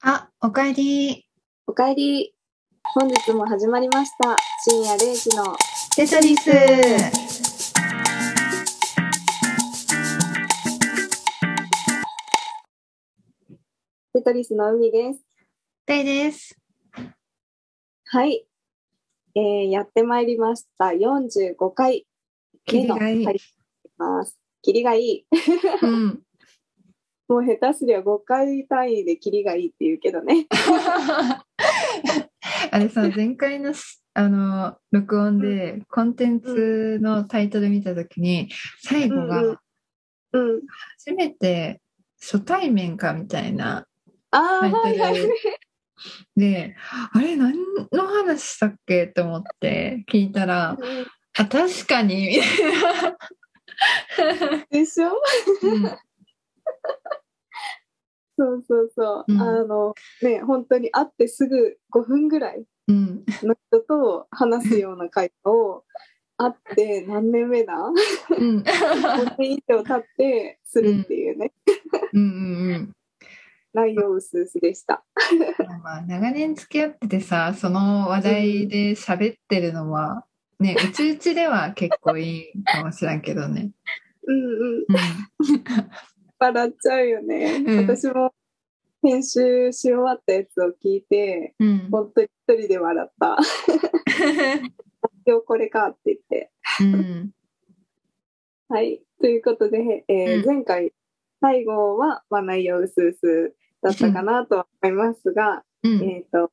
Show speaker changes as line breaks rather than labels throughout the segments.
あ、おかえり。
おかえり。本日も始まりました。深夜0時の。
テトリス。
テトリスの海です。
ペイです。
はい。えー、やってまいりました。45回
キリがいい。
はいます。キリがい い。
うん。
もう下手すりゃ5回単位でキリがいいって言うけどね。
あれさ、前回のすあの録音でコンテンツのタイトル見たときに、最後
うんう
が
んうん。
初めて初対面かみたいな
あ
タ
あ、
イト
はいはい。
ルで、あれ何の話したっけと思って聞いたら、あ、確か に、みたいな。
でしょ
うん
そうそうそう。
うん
あの、ね、本当に会ってすぐ5分ぐらい
うん、
の人と話すような会話を会って何年目だ
うん、
5年以上経ってするっていうね、
うん、うん。
内容薄々でした。
まあ、長年付き合っててさその話題で喋ってるのはねうちうちでは結構いいかもしれんけどね。
うんうん。
うん
笑っちゃうよね。
うん
私も編集し終わったやつを聞いて、
うん
本当に一人で笑った。今日これかって言って。
うん
はい。ということで、えー
うん
前回、最後は、まあ、内容薄々だったかなとは思いますが、
うん
えっ、と、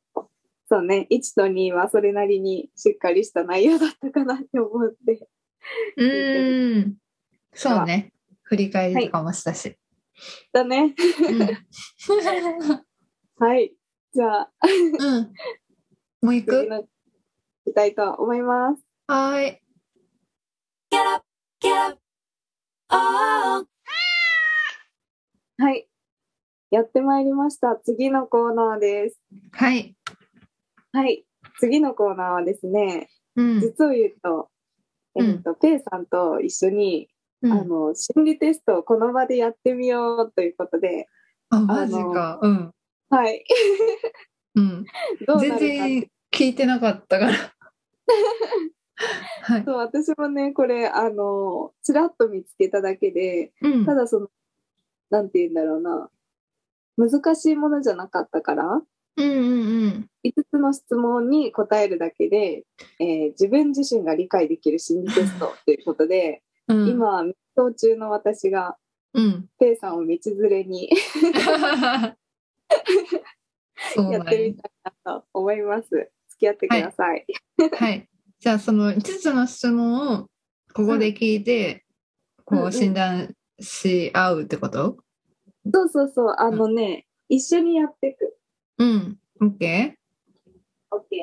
そうね、1と2はそれなりにしっかりした内容だったかなって思って。
うんそうね振り返りとかもしたし。
だね。はい。じゃあ、
うんうんもう行
次
く
の、いきたいと思います。
はーい。
はい。やってまいりました。次のコーナーです。
はい。
はい。次のコーナーはですね、
うん
実を言うと、えっと、ペイさんと一緒に、
うん
あの、心理テストをこの場でやってみようということで、
あマジか。うん
はい。
うん
どうなる
全
かっていう
然聞いてなかった から。はい。
そう、私もね、これ、あの、ちらっと見つけただけで、
うん
ただその、なんて言うんだろうな、難しいものじゃなかったから、
うんうんうん。
5つの質問に答えるだけで、えー自分自身が理解できる心理テストということで、
うん、
今、密走中の私が、
うん、
ペイさんを道連れに
そう
や
な
っ
ん
て
や
みたいなと思います。付き合ってください。
はい。じゃあその5つの質問をここで聞いて、
うん
こ
う
うん診断し合うってこと
そうそうそう、あのね、一緒にやっていく。
うん。OK?
OK? ち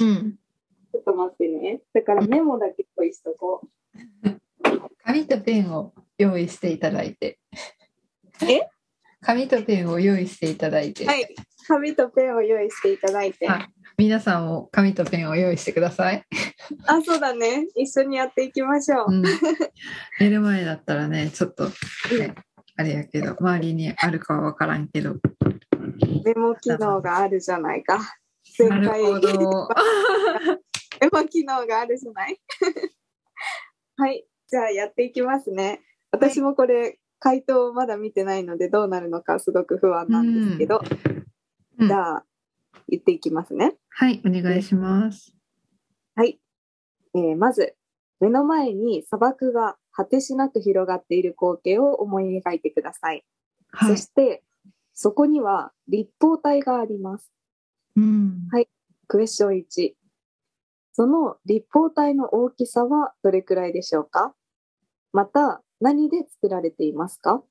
うん。
ょっと待ってね。だからメモだけ用意しとこう。
紙とペンを用意していただいて。
え
紙とペンを用意していただいて、
はい。紙とペンを用意していただいて。
はい皆さんも紙とペンを用意してください。
あ、そうだね。一緒にやっていきましょう。
う ん、寝る前だったらね、ちょっと
うん
あれやけど、周りにあるかは分からんけど。
メモ機能があるじゃないか。前
なる
回、
ほ
メ
ど。
モ機能があるじゃない はい。じゃあやっていきますね。私もこれ、回答をまだ見てないので、どうなるのかすごく不安なんですけど。
うん
じゃあ、言っていきますね。
はい、お願いします。
はい。えーまず、目の前に砂漠が果てしなく広がっている光景を思い描いてください。
はい
そ。して、そこには立方体があります。
うん。
クエスチョン1。その立方体の大きさはどれくらいでしょうかまた、何で作られていますか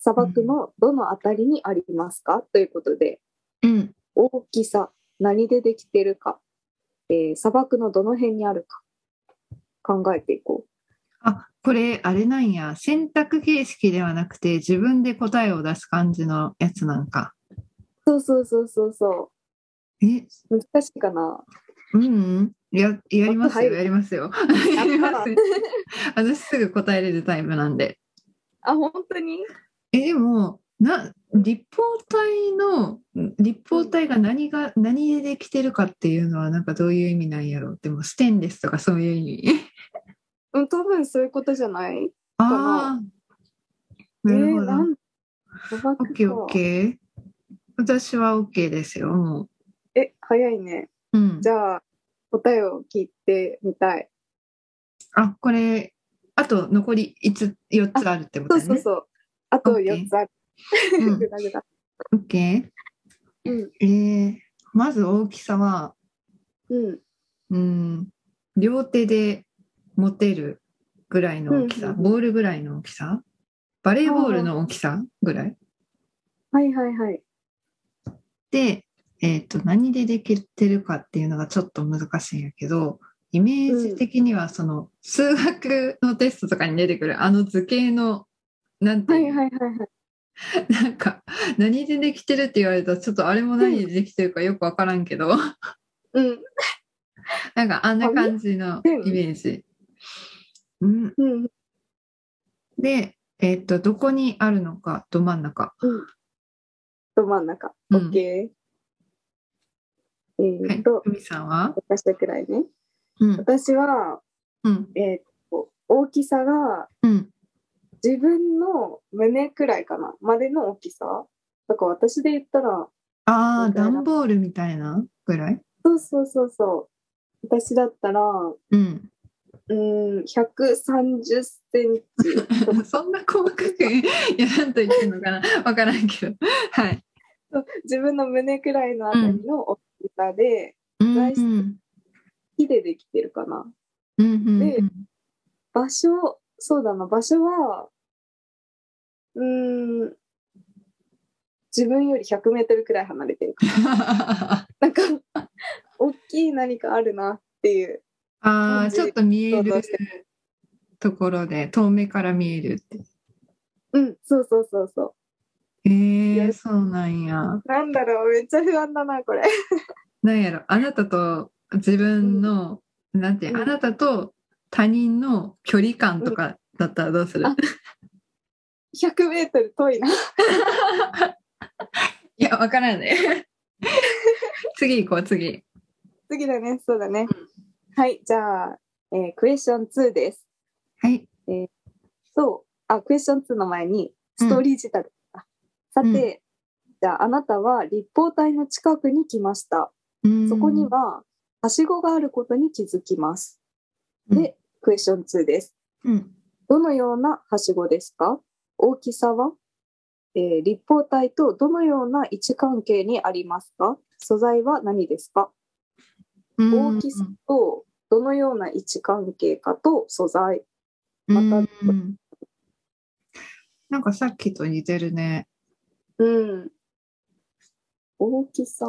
砂漠のどのあたりにありますかということで、
うん。
大きさ、何でできてるか、えー砂漠のどの辺にあるか、考えていこ
あ、これ、あれなんや。選択形式ではなくて、自分で答えを出す感じのやつなんか。
う。そうそうそうそうそ
え、
う。難しいかな。
うん、うん。や、やります
もっと入
よ、
る
やりますよ。や
やった
り ますよ。私すぐ答えれるタイプなんで。
あ、本当に
え、でも、な立方体の立方体が何が何でできてるかっていうのはなんかどういう意味なんやろうでもステンレスとかそういう 意味
うん、多分そういうことじゃない
ああなるほど、
えーなん砂漠
オ
か
ッケーオッケー私はオッケーですよも
え、早いね。
う、うん、
じゃあ、答えを聞いてみたい。
あこれあと残り5つ4つあるってこと
そう
だ
そう
ね
そう。あと
OK
4つある。
うん
ぐだぐだ。
オッケー
うん。
えーまず大きさは
うん。
うん両手で持てるぐらいの大きさ、
うんうん
ボールぐらいの大きさバレーボールの大きさぐらい
はいはいはい。
で、えー、と何でできてるかっていうのがちょっと難しいんやけどイメージ的にはその、数学のテストとかに出てくるあの図形のなんて
はいいうはい
の、
はいはい。
なんか何でできてるって言われたらちょっとあれも何でできてるかよく分からんけど
うん。
なんかあんな感じのイメージ。うん、
うん。
で、えっとどこにあるのかど真ん中。
うん。ど真ん中。
う
OK
ん。
え
は
ーっ
い
と、、
ふみさんは、
私くらいね。
うん
私は、
うん
えーっと、大きさが
うん、
自分の胸くらいかな。までの大きさ。だから私で言ったら、
ああ
みたいな
段ボールみたいなぐらい、
そうそうそうそう。私だったら、
うん、
うーん、130センチとか
そんな細かく いやなんと言ってるのかなわからんけどはい。
自分の胸くらいのあたりの大きさで、
うん
大好き
うん
木でできてるかな。
うんうん
で場所、そうだな、場所は、うーん、自分より100メートルくらい離れてるか
あ
な。なん か、大きい何かあるなっていう。
あーちょっと見え
想像
る
してる
ところで遠目から見えるって。
うん、そうそうそうそ
えー、
や
そうなんや。
う。なんだろう、めっちゃ不安だな、これ。
なんやろあなたと自分の、なんていう
うん
あなたと他人の距離感とかだったらどうする、
あ100メートル遠いな。
いやわからんね。 次行こう次。
次だね、そうだね。はい、じゃあ、えークエスチョン2です。
はい。
そう。あ、クエスチョン2の前に、ストーリー自体、あさて、
うん
じゃあ、あなたは立方体の近くに来ました。
うん
そこには、はしごがあることに気づきます。
うん
で、クエスチョン2です。
うん
どのようなはしごですか大きさは、えー立方体とどのような位置関係にありますか素材は何ですか大きさと、どのような位置関係かと素材。また
うんなんかさっきと似てるね。
うん。大きさ。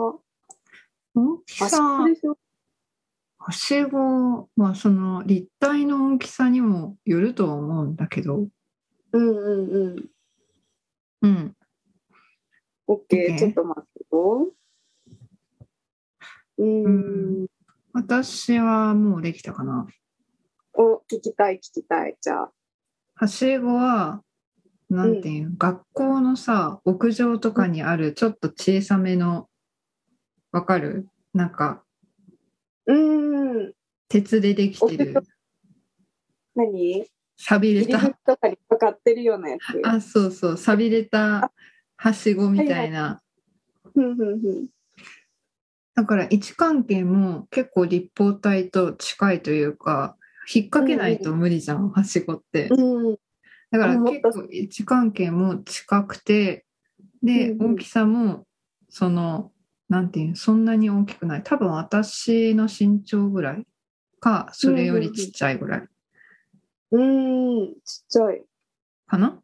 大き
あ、
さ、
そうでしょ
はしごはその立体の大きさにもよるとは思うんだけど、
うんうんうん。
うん、
オッケ
OK
ー、ちょっと待ってよ。うーん。
私はもうできたかな。
お、聞きたい、聞きたい。じゃあ。
はしごは、なんていうの、学校のさ、屋上とかにあるちょっと小さめの、わかるなんか、
うーん。
鉄でできて
屋上
る、
何
錆び
入
れ
り
た
口とかにかかってるようなやつ。
あそうそう錆びれたはしごみたいな、
ふんふんふん。
だから位置関係も結構立方体と近いというか引っ掛けないと無理じゃん、はしごって
うん。
だから
思
結
った
構位置関係も近くてで、
うんうん
大きさもそのなんていうのそんなに大きくない多分私の身長ぐらいかそれよりちっちゃいぐらい
うんうんうん。ちっちゃい。
かな、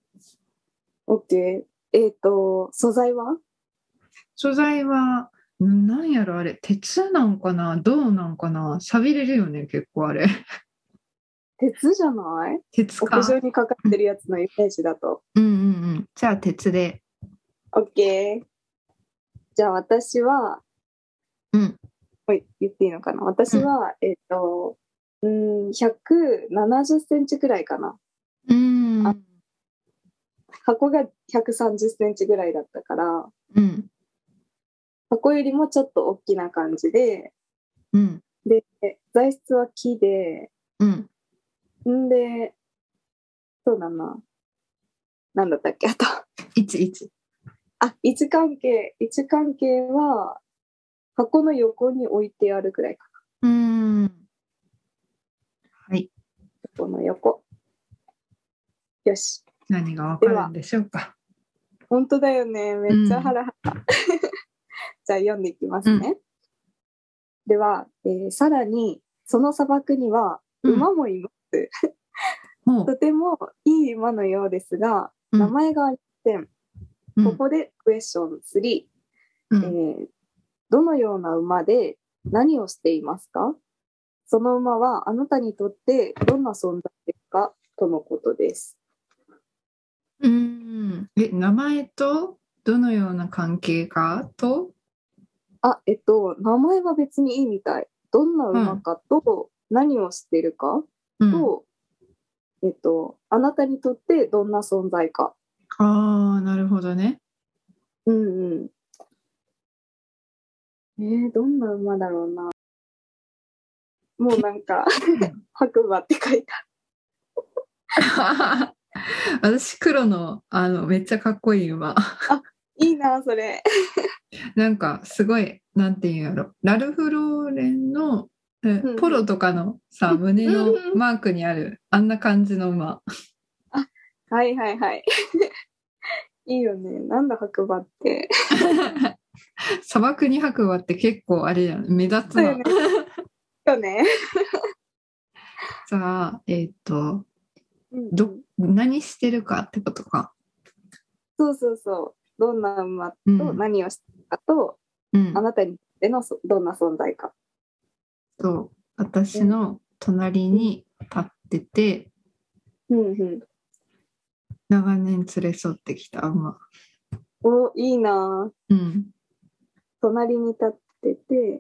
オッケー。えっ、と、素材は
素材はんなんやろあれ鉄なんかな銅なんかな錆びれるよね結構あれ
鉄じゃない
鉄か
屋上にかかってるやつのイメージだと。
うんうんうんじゃあ鉄で
オッケー。じゃあ私は、
うん
はい、言っていいのかな私は、えっ、と、うーん、170センチくらいかな。
うん
あ箱が130センチぐらいだったから、
うん。
箱よりもちょっと大きな感じで、
うん。
で、材質は木で、
うん。
んで、そうだな。なんだったっけあと。
一一。
あ、位置関係。位置関係は、箱の横に置いてあるくらいか。
うーん。はい。
箱の横。よし。
何がわかるんでしょうか。
本当だよね。めっちゃハラハラ。 じゃあ読んでいきますね。では、えーさらに、その砂漠には馬もいます。
もう
とてもいい馬のようですが、
うん
名前がありません。
うん
ここでクエスチョン3。
うん
えーどのような馬で何をしていますかその馬はあなたにとってどんな存在ですかとのことです。
うーん。え、名前とどのような関係かと、
あ、えっと、名前は別にいいみたい。どんな馬かと何をしてるか
うん、
と、えっと、あなたにとってどんな存在か。
ああ、なるほど ね。
うんうん。えー、どんな馬だろうな。もうなんか、 白馬って書いた。
私、黒の、あの、めっちゃかっこいい馬。
いいな、それ。
なんか、すごい、なんていうんやろ。ラルフ・ローレンの、え
うん
ポロとかのさ、胸のマークにある、あんな感じの馬。
はいはいはい。 いいよね。なんだ白馬って。
砂漠に白馬って結構あれやん、目立つ
そう
な
よ。ね。よ ね。
じゃあ、えっ、と、
うん
ど、何してるかってことか。
そうそうそう。どんな馬と
うん
何をしたかと、
うん
あ。なたにとってのそどんな存在か。
と私の隣に立ってて
うんうん。
長年連れ添ってきた馬、
お、いいな。
うん
隣に立ってて、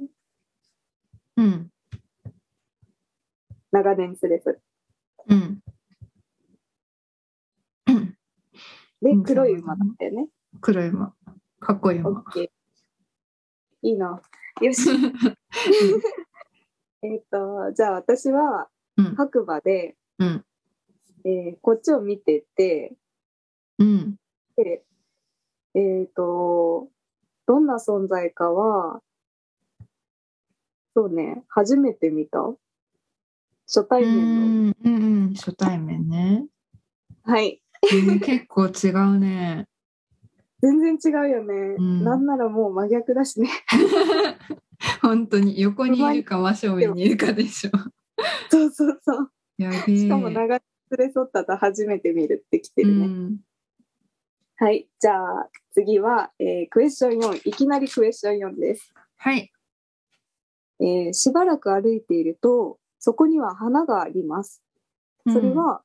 うん
長年連れ添っ
うんうん
て。
う
で、
ん
黒い馬だったよね。
黒い馬かっこいい
オ
馬
ッケー。いいな。よし。 えっと、じゃあ私は
うん
白馬で、
うん
えーこっちを見てて、
うん
でえっ、と、どんな存在かは、そうね、初めて見た。初
う
対面の。
んうんうん初対面 ね、
はい。
うん結構違うね
全然違うよね。
ん
なんならもう真逆だしね。
本当に横にいるか真正面にいるかで しょ
そうそうそう。
やべえ
しかも長年連れ添ったと初めて見るってきて
う
るね。
ん
はい。じゃあ次は、えークエスチョン4。いきなりクエスチョン4です。
はい
えーしばらく歩いていると、そこには花があります。それは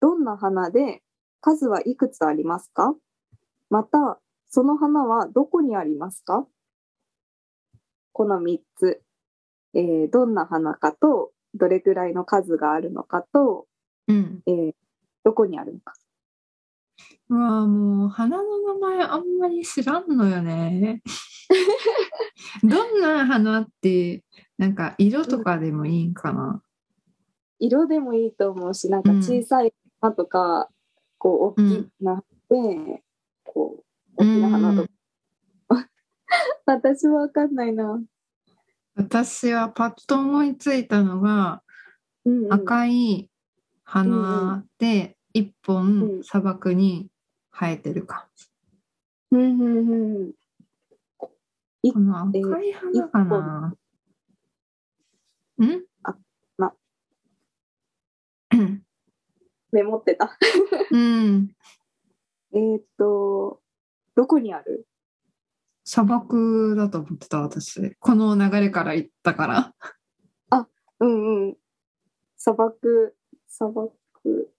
どんな花で数はいくつありますかまたその花はどこにありますかこの3つ、えーどんな花かとどれくらいの数があるのかと、
うん
えーどこにあるのか。
うわあもう花の名前あんまり知らんのよ ね。どんな花ってなんか色とかでもいいんかな。
色でもいいと思うしなんか小さい花とか、こ
う
う大
ん
きな花で、こう大きな花とか。私はわかんないな。
私はパッと思いついたのが
うんうん、
赤い花で一
う
本
ん
砂漠に生えてるか。
うんうんうん。
この赤い花かな。ん
あな
なうん
メモってた。
うん。
えーっと、どこにある
砂漠だと思ってた私この流れから行ったから
うんうん。砂漠、砂漠、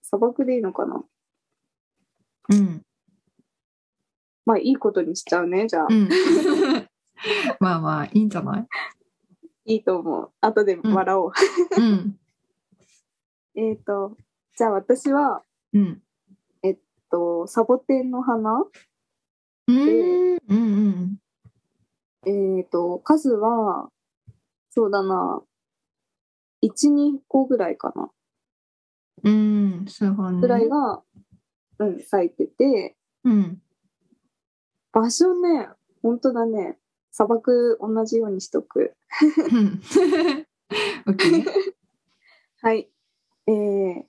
砂漠でいいのかな
うん、
まあいいことにしちゃうね、じゃあ。
うん、まあまあいいんじゃない
いいと思う。後で笑おう。
うん
えーっと、じゃあ私は、
うん
えっと、サボテンの花、
うんうんうん
えっ、と、数は、そうだな、1、2個ぐらいかな。
うん数本ね
ぐらいが、うん、咲いてて、
うん
場所ね、本当だね、砂漠同じようにしとく。
うん OK
はい。えー、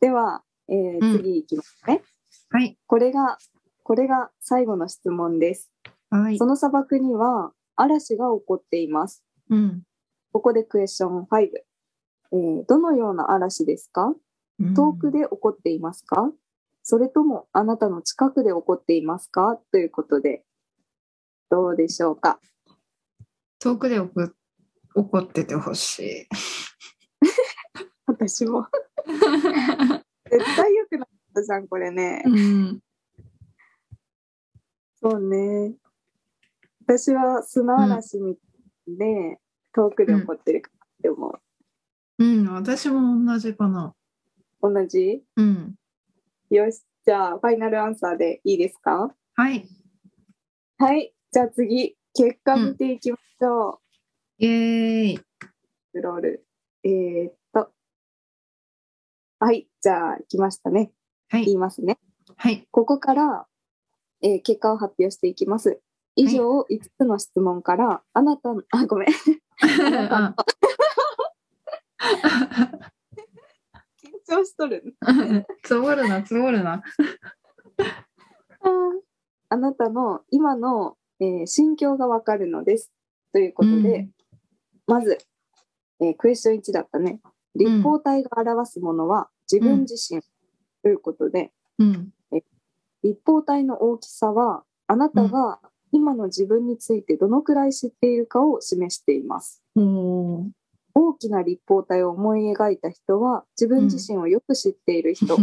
では、え
う
ー、
ん
次いきますね。
はい
これが、これが最後の質問です。
はい
その砂漠には嵐が起こっています。
うん
ここでクエスチョン5。えー、どのような嵐ですか
うん
遠くで起こっていますか、それともあなたの近くで起こっていますかということで、どうでしょうか
遠くで起こ怒っててほしい
私 も絶対良くなかったじゃん、これね。
うん
そうね。私は砂嵐みたいで、遠くで起こってるかなって思う。
うん私も同じかな
同じ
うん
よし、じゃあファイナルアンサーでいいですか
はい
はい、じゃあ次、結果見ていきましょう。
イエーイ
スクロール。えーっと。はい、じゃあ、来ましたね。
は
言い
い
ますね。
はい
ここから、えー結果を発表していきます。以上、5つの質問から、あなたの、あ、ごめん。緊
あ
張しとる。
つぼるなつぼるな
あなたの今の、えー心境がわかるのです。ということで、まず、えークエスチョン1だったね。立方体が表すものは自分自身ということで、
うん
立方体の大きさはあなたが今の自分についてどのくらい知っているかを示しています
うんおー
大きな立方体を思い描いた人は自分自身をよく知っている人、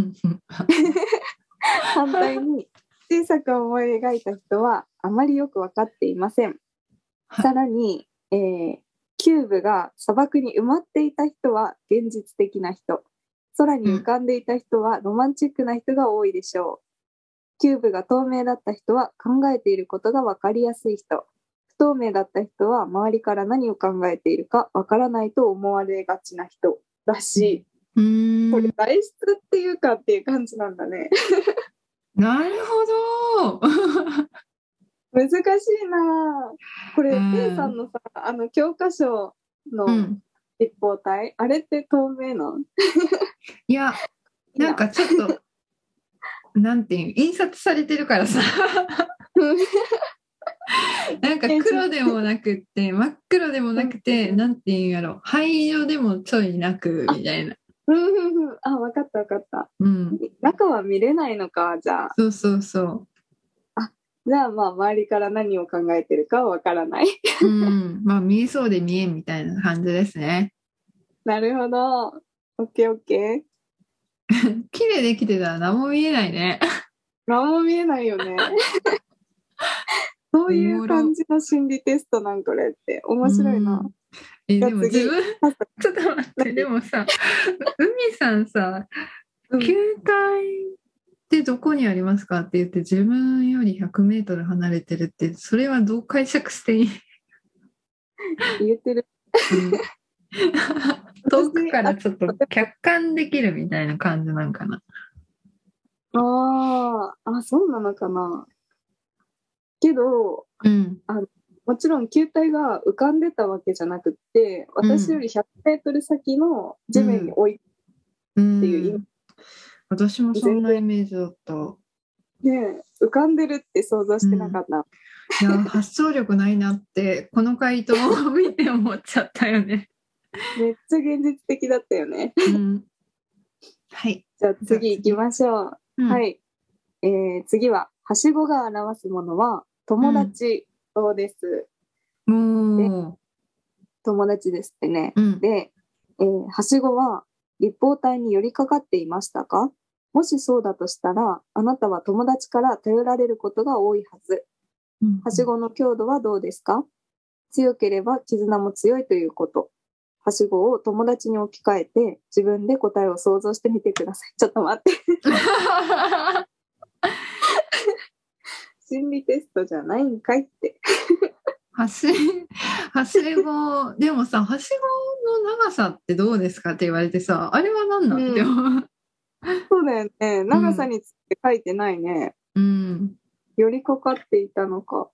反対に小さく思い描いた人はあまりよく分かっていません
はい
さらに、えーキューブが砂漠に埋まっていた人は現実的な人空に浮かんでいた人はロマンチックな人が多いでしょうキューブが透明だった人は考えていることが分かりやすい人不透明だった人は周りから何を考えているか分からないと思われがちな人らし
う
いこれ
ん
外出っていうかっていう感じなんだね
なるほど
難しいなあこれ、
うん
A さんのさあの教科書
う
の
ん
立方体、あれって透明なの
いやなんかちょっとなんていう印刷されてるからさ
うん
なんか黒でもなくって真っ黒でもなくて
うん
なんていうんやろ灰色でもちょいなくみたいな
うんうんうんあ分かった分かった
うん
中は見れないのかじゃあ
そうそうそ
じゃあまあ周りから何を考えてるかは分からない
ううん まあ見えそうで見えんみたいな感じですね
なるほど OKOK
綺麗できてたら何も見えないね
何も見えないよね そういう感じの心理テストなんこれって面白いな
うんえ
じゃあ
でも
次
自分 ちょっと待ってでもさ海さんさ
うん
球体ってどこにありますかって言って自分より100メートル離れてるってそれはどう解釈して いい、
言ってる
遠くからちょっと客観できるみたいな感じなんかな。
あーあそうなのかなけど
うん、
もちろん球体が浮かんでたわけじゃなくって
ん
私より1 0 0ル先の地面に置いて、
うん
っていう意味
私もそんなイメージだった。い
浮かんでるって想像してなかった、
や発想力ないなってこの回答を見て思っちゃったよね。
めっちゃ現実的だったよね
うん、はい、
じゃあ次行きましょう、
うん
はい、えー、次ははしごが表すものは友達そうです、
も
友達ですってね
う、うん、
で、えーはしごは立方体に寄りかかっていましたかもしそうだとしたら、あなたは友達から頼られることが多いはず。
うん
はしごの強度はどうですか強ければ絆も強いということ。はしごを友達に置き換えて、自分で答えを想像してみてください。ちょっと待って。 心理テストじゃないんかいって。
はし、はしご、でもさ、はしごの長さってどうですかって言われてさ、あれは何なんって思う。
そうだよね。長さについて書いてないね。
うん。
寄りかかっていたのか、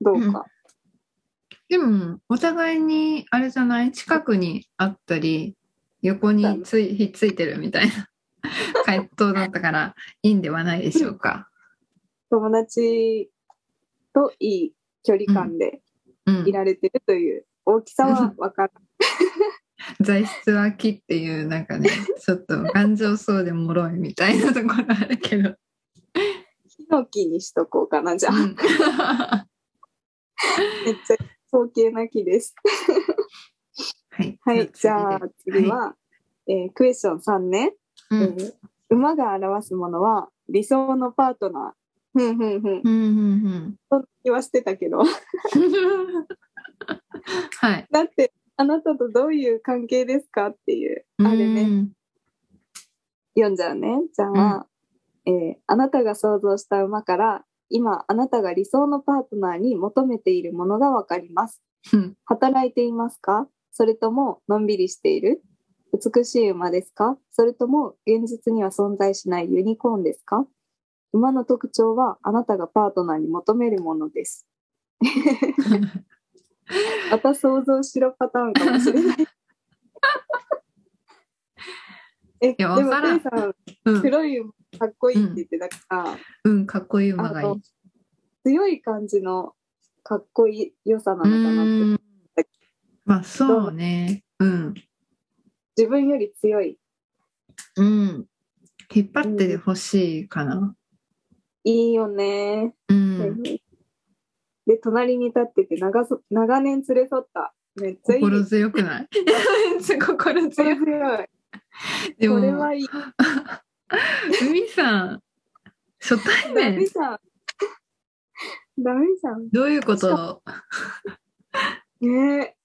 どうか。
でも、お互いに、あれじゃない近くにあったり、横につい、ひっついてるみたいな 回答だったから、いいんではないでしょうか。
友達といい距離感で
うん
い。られてるという大きさは分 かる。
材質は木っていう、なん かね、ちょっと頑丈そうで脆いみたいなところあるけど。
ヒノキにしとこうかな、じゃ あ。
う
めっ
ん
ちゃ高級な木です。
はい。
はい、じゃあ
次で
次は、えークエスチョン3ね。
う
え
ん。
ー馬が表すものは理想のパートナー。ふんふんふん。
うんうん
そんな気はしてたけど。
う ん。 はい。
だって、あなたとどういう関係ですかっていう、あれね。
うん
読んじゃうね。じゃあ、えーあなたが想像した馬から、今、あなたが理想のパートナーに求めているものがわかります。
うん
働いていますかそれとも、のんびりしている美しい馬ですかそれとも、現実には存在しないユニコーンですか馬の特徴は、あなたがパートナーに求めるも のです。また想像しろパターンかもしれない。え、で
や
も、
わから
ペ
ん
イさん、
うん
黒い馬かっこいいって言ってたから、
うん、かっこいい馬がいい。
あの強い感じのかっこいい良さなの
う
かなって
ん。まあ、そうね。うん。
自分より強い
うん。引っ張っててほしいかな。
いいよね、
う
うん
ん。
で隣に立ってて長そ長年連れ添っためっちゃいい
心強くない 心強い。
心強い
で
こ
も、
れはいい
海さん、初対
ダメ
面、
じゃん ダメじゃん
どういうこと
ねえ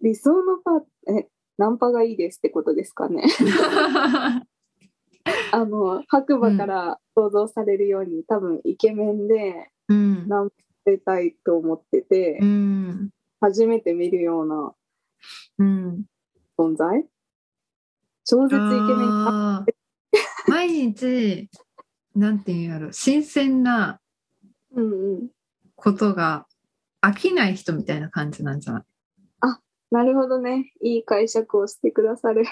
理想のパーえナンパがいいですってことですかね あの白馬から想像されるように、多分イケメンで
うん。
ナンパしてたいと思ってて、
うん。
初めて見るような
うん。
存在超絶イケメンか
あー毎日なんていうんやろ新鮮な
うんうん
ことが飽きない人みたいな感じなんじゃない
なるほどねいい解釈をしてくださる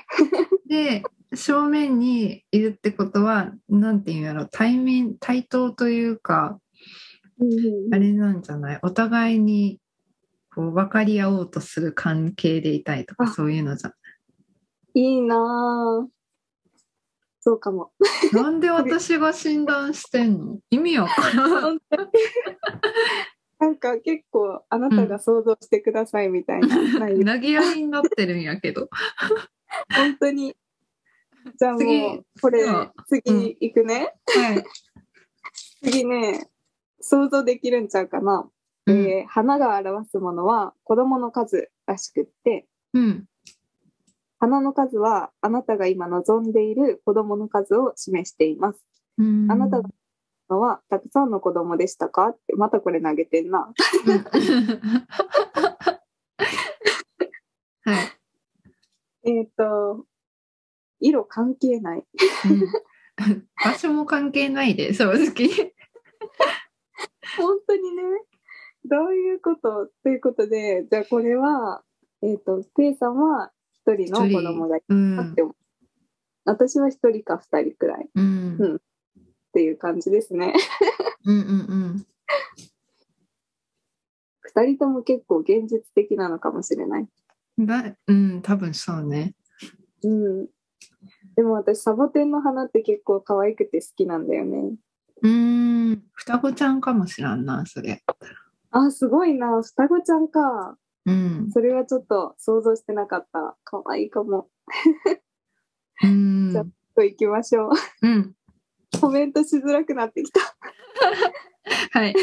で正面にいるってことはなんていうんやろ対面対等というか
うんうん
あれなんじゃないお互いにこう分かり合おうとする関係でいたいとか
あ
そういうのじゃん
いいなぁそうか も
なんで私が診断してんの意味わからん
本当になんか結構あなたが想像してくださいみたいな内容、
投げ合いになってるんやけど
本当にじゃあも
次
うこれ
じゃあ
次行くね、
はい、
次ね想像できるんちゃうかな、えー花が表すものは子供の数らしくって
うん
花の数はあなたが今望んでいる子供の数を示しています。
うん
あなたがのはたくさんの子供でしたかってまたこれ投げてんな。
はい、
えっ、と色関係ない。
うん、場所も関係ないで正直
本当にねどういうことということでじゃあこれはえっ、とペイさんは一人の子供がい
うん
たって思う。私は一人か二人くらいっ
うん
うんていう感じですね。
うんうん
二人とも結構現実的なのかもしれない。
うんだうん多分そうね
うん。でも私、サボテンの花って結構可愛くて好きなんだよね。
うん双子ちゃんかもしらんなそれ
あ、すごいな。双子ちゃんか。
うん
それはちょっと想像してなかった。可愛いかも。
うん
じゃと行きましょう。
うん
コメントしづらくなってきた。
はい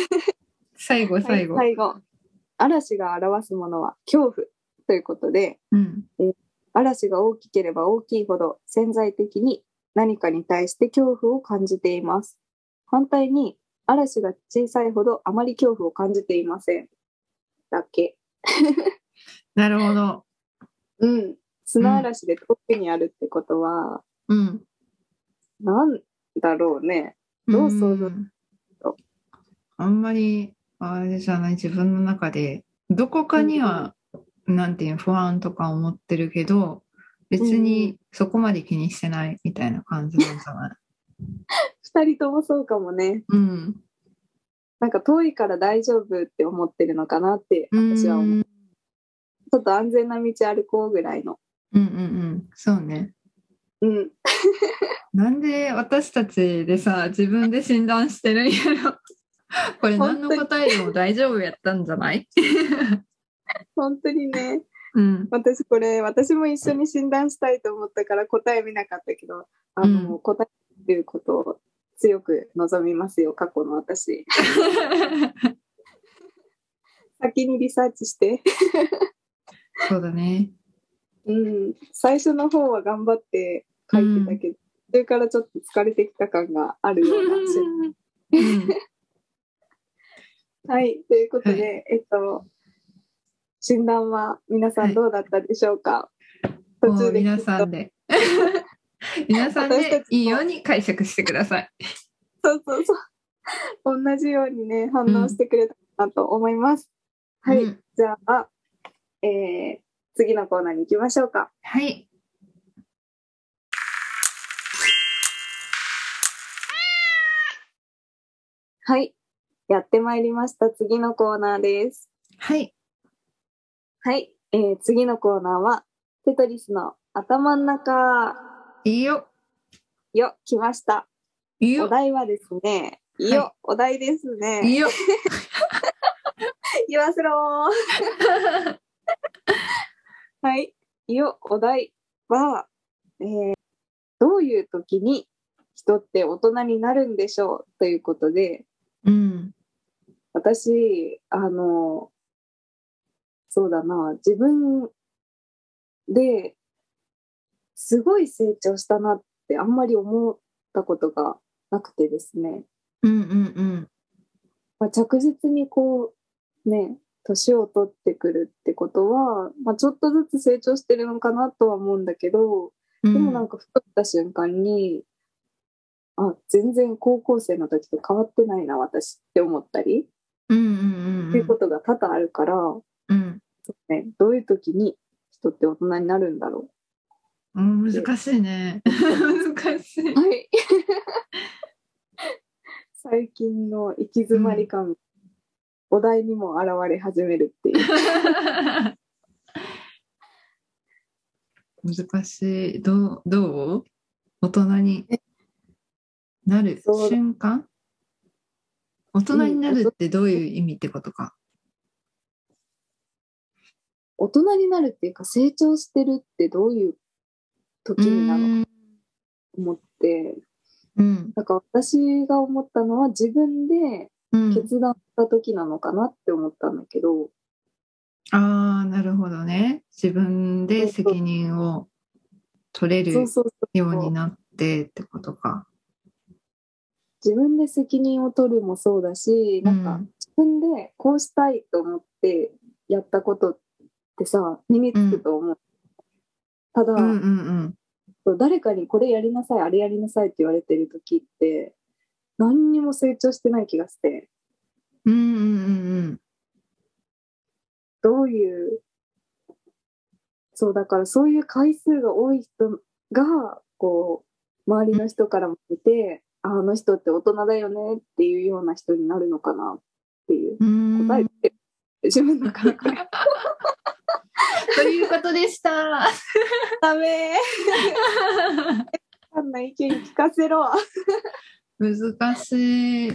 最後最後、
はい最後。嵐が表すものは恐怖ということで、
うん
嵐が大きければ大きいほど潜在的に何かに対して恐怖を感じています。反対に、嵐が小さいほどあまり恐怖を感じていません。だっけ。
なるほど。
うん。砂嵐で遠くにあるってことは、
うん。
なんだろうね。どう想像
んあんまり、あれじゃない、自分の中で、どこかには、なんていうの不安とか思ってるけど、別
うん
にそこまで気にしてないみたいな感じなんじゃない
二人ともそうかもね。
うん。
なんか遠いから大丈夫って思ってるのかなって、私は思う。
うん
ちょっと安全な道歩こうぐらいの。
うんうん。そうね。
うん。
なんで私たちでさ、自分で診断してるんや ろ。これ何の答えでも大丈夫やったんじゃない
本当にね。
うん。
私これ、私も一緒に診断したいと思ったから答え見なかったけど、あの、
う
答えっていうことを強く望みますよ、過去の私。先にリサーチして。
そうだね。
うん。最初の方は頑張って書いてたけど、それからちょっと疲れてきた感があるよ うな診断
うん
はい、ということで、えっと、診断は皆さ
は
ん
い
どうだったでしょうか、途
も
中
う
で
皆
きっ
さ
と
んで 皆さん
私たち
で
も
いいように解釈してください。
そうそうそう同じようにね反応してくれたかなと思います、はい、
うん
じゃあ、えー、次のコーナーに行きましょうか
はい。
はいやってまいりました次のコーナーです
はい。
はい、えー、次のコーナーは「テトリスの頭の中
いいよ。」
よ来ました
いい
お
よ。
題はですねいいよ、
は
お題ですね
いい よ。
言わせろーはい。いよ、お題は、えーどういう時に人って大人になるんでしょうということで、
うん。
私、あの、そうだな、自分で、すごい成長したなってあんまり思ったことがなくてですね。
うんうん
まあ、着実にこうね年を取ってくるってことは、まあ、ちょっとずつ成長してるのかなとは思うんだけど
う
で
ん。
もなんかふとった瞬間に、あ全然高校生の時と変わってないな私って思ったり、
うんうん
っ
う
て
ん
いうことが多々あるから、
うん。
ね、どういう時に人って大人になるんだろ。
うん。難しいね。 難しいう
はい 最近の行き詰まり感、お題にも現れ始めるっていう。
難しい。どうどう大人になる
そう
瞬間大人になるってどういう意味ってことか。
大人になるっていうか成長してるってどういう時になるのかと思って
うん。
なんか私が思ったのは自分で
うん。
決断した時なのかなって思ったんだけど、
ああ、なるほどね。自分で責任を取れ
そ
る
うそうそう
ようになってってことか。
自分で責任を取るもそうだしなん
う
か
ん
自分でこうしたいと思ってやったことってさ身につくと思う。ただ、
うんうん
誰かにこれやりなさいあれやりなさいって言われてる時って何にも成長してない気がして。
うん。うんうんうん
どういう、そうだからそういう回数が多い人が、こう、周りの人からも見て、ああの人って大人だよねっていうような人になるのかなっていう
うん。う
答え
ん。
って、自分の中でこれ
ということでした。
ダメー。あんな意見聞かせろ。
難しい。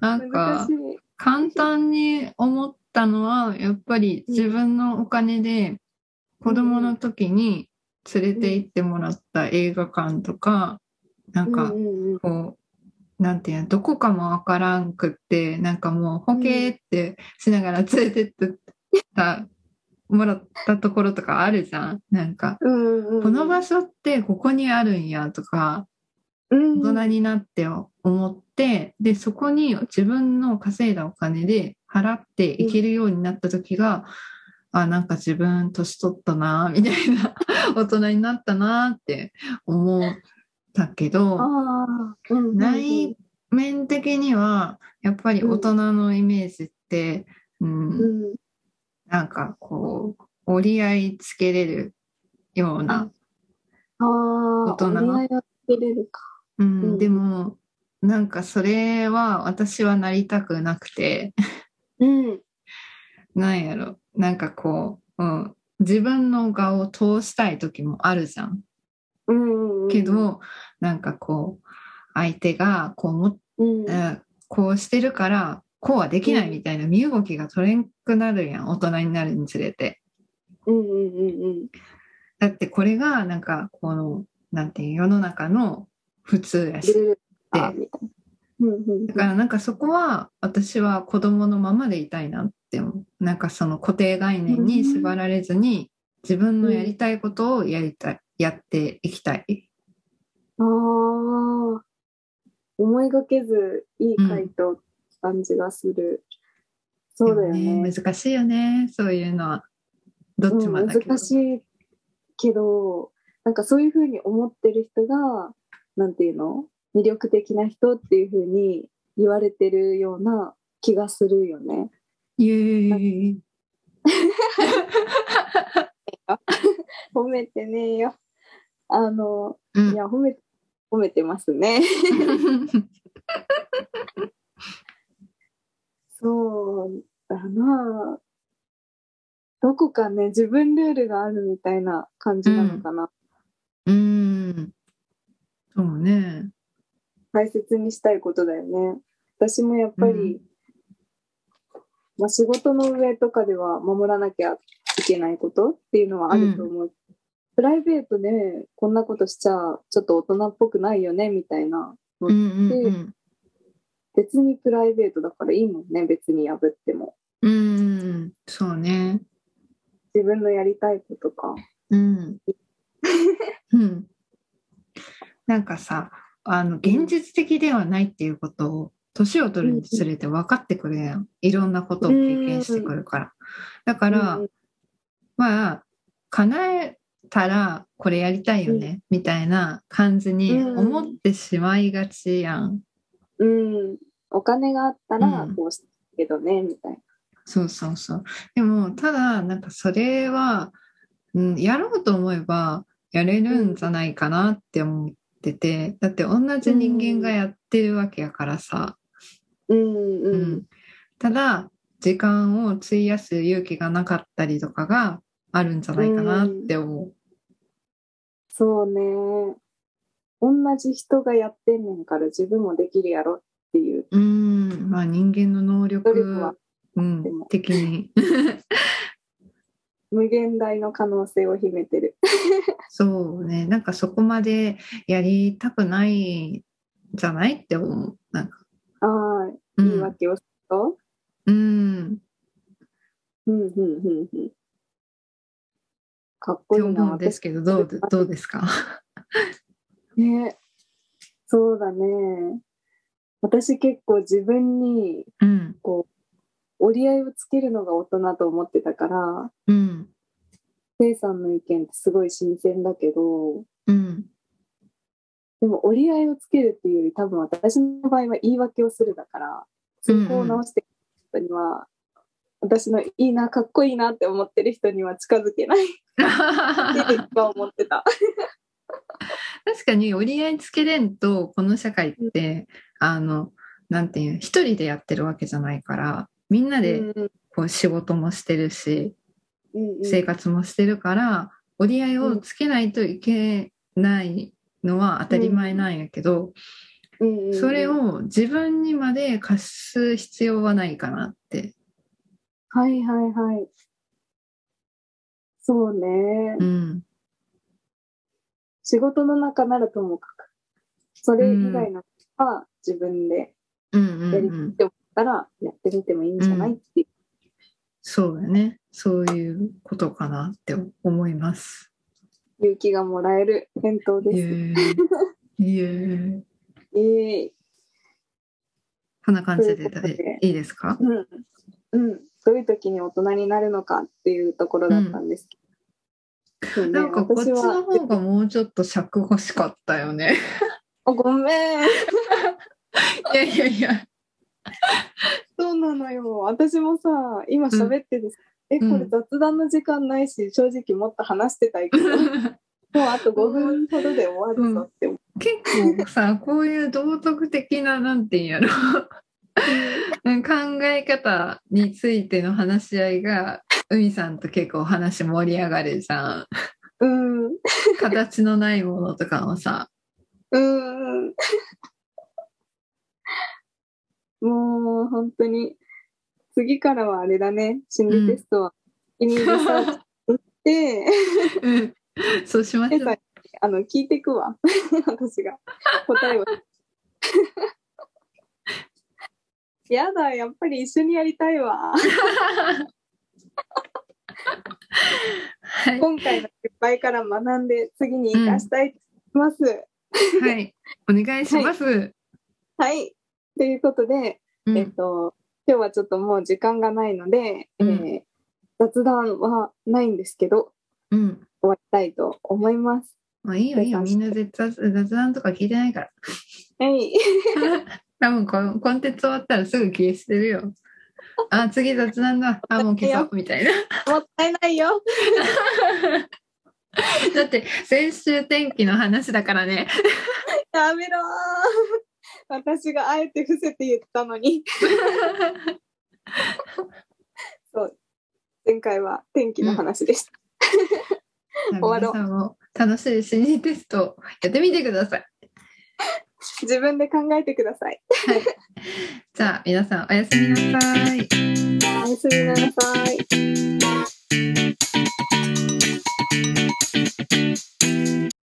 なん
難
か
しい。
簡単に思ったのはやっぱり自分のお金で子供の時に連れて行ってもらった映画館とかなんか
うんうんうん
こうなんていうのどこかもわからんくってなんかもうホケーってしながら連れてってたもらったところとかあるじゃんなんか
うんうんうん
この場所ってここにあるんやとか
うん。
大人になって思って、で、そこに自分の稼いだお金で払っていけるようになった時が、あ、なんか自分年取ったな、みたいな、 大人になったなって思ったけど、
ああ、うんうんうん
内面的にはやっぱり大人のイメージって、うん
うん。
なんかこう折り合いつけれるような、
ああ、
大人の
お見合いは切れるか。
うん
うん
でもなんかそれは私はなりたくなくて
うん。
なんやろなんかこう、うん、自分の顔を通したい時もあるじゃん
うん。
けど、、なんかこう相手がこう思っ
うん。
うんこうしてるからこうはできないみたいな身動きが取れんくなるやん大人になるにつれて。
うんうんうんうん。
だってこれがなんかこのなんていう世の中の普通や
切
し。
れるか、みたいな。うんうん
だからなんかそこは私は子供のままでいたいなって思う。なんかその固定概念に縛られずに自分のやりたいことをやりたい、やっていきたい。
うん。ああ、思いがけずいい回答って感じがする。そうだよ
でも
ね。
難しいよね。そういうのは。どっちもだけど。
難しいけどなんかそういうふうに思ってる人がなんていうの魅力的な人っていうふうに言われてるような気がするよね。
イエーイ。
褒めてねえよ。あの
う
い
ん
や褒め褒めてますね。そうだなあ。どこかね自分ルールがあるみたいな感じなのかな。
うーん。そうね。
大切にしたいことだよね。私もやっぱり、
うん
まあ、仕事の上とかでは守らなきゃいけないことっていうのはあると思う。プライベートでこんなことしちゃちょっと大人っぽくないよねみたいな。
うんうん
別にプライベートだからいいもんね、別に破っても。
うん。うん。そうね。
自分のやりたいことか。
うん。うん。なんかさ、あの、現実的ではないっていうことを、年を取るにつれて分かってくるやん。いろんなことを経験してくるから。だから、
うん
まあ、叶えたら、これやりたいよね、みたいな感じに思ってしまいがちやん。
うん、お金があったら
うん
こうしたけどね、みたいな。
そうそうそう。でも、ただ、なんかそれは、うん、やろうと思えばやれるんじゃないかなって思ってて、だって同じ人間がやってるわけやからさ、
うんう。
うんただ、時間を費やす勇気がなかったりとかがあるんじゃないかなって思
そうね。同じ人がやってんねんから自分もできるやろっていう。
う。うん、まあ人間の能
努力
力
は、
うん
でも、
的に。
無限大の可能性を秘めてる。
そうね、なんかそこまでやりたくないんじゃないって思う。なんか、
ああ、
う
言い
ん。
訳をすると。
うん
うん、うん、うん、うん。かっ
っ
こい
て
いな、
思うんで
私
す。けど、どうでどうですか
ね。そうだね。私結構自分に
うん。
折り合いをつけるのが大人と思ってたから、
うん。
せいさんの意見ってすごい新鮮だけど、
うん。
でも折り合いをつけるっていうより多分私の場合は言い訳をするだからそこを直してくる人には、私のいいなかっこいいなって思ってる人には近づけないって
確
僕は思っ てた。
かに折り合いつけれんと、この社会って、あの、なんていうの、一人でやってるわけじゃないから、みんな
う
で
んうん
こう仕事もしてるし、
うん
生活もしてるから、折り合いをつけないといけないのは当たり前なんやけど、
うんうんうん
それを自分にまで貸す必要はないかなって。
はいはいはいそうね、
うん。
仕事の中ならともかくそれ以外のは自分で
うんうん、
やり
うん。
って思ったらやってみてもいいんじゃない、
うん
っていう
そうだね。そういうことかなって思います。
勇気がもらえる返答です。
イエーイ。イエーイ。
イエーイ。
こんな感じで
ということで
いいですか
うん。うん。どういう時に大人になるのかっていうところだったんですけど。そうね
なんかこっち
私は
の方がもうちょっと尺欲しかったよね。
あごめん。
いやいやいや。
そうなのよ。私もさ、今喋っててさ、え、これ雑談の時間ないし、正直もっと話してたいけ ど、もうあと5分ほどで終わるぞって思う。
結構さ、こういう道徳的な、なんていうんやろ。うん考え方についての話し合いが、海さんと結構話盛り上がるじゃん。
うん。
形のないものとかを さ。
うん。 もう、本当に、次からはあれだね、心理テストは、イメージサーチして、
うんそうしまし
エ
ょう
サに。あの、聞いてくわ。 私が。答えを。 やだ、やっぱり一緒にやりたいわ。
はい。
今回の失敗から学んで、次に生かしたいと思います。
はい。お願いします。
はい。ということで、
うん
えっと、今日はちょっともう時間がないので、
うん
えー雑談はないんですけど、
うん。
終わりたいと思います。
まあいいよいいよ。みんな絶対雑談とか聞いてない から。
はい。
多分このコンテンツ終わったらすぐ消してるよ。あ、次雑談だ。あ、もう消そう。みたいな。
もったいないよ。
だって、先週天気の話だから ね。
やめろ ー。私があえて伏せて言ったの に。そう。前回は天気の話でした。わろう
皆さんも楽しい心理テストをやってみてください。
自分で考えてください。
じゃあ、皆さんおやすみなさい。
おやすみなさい。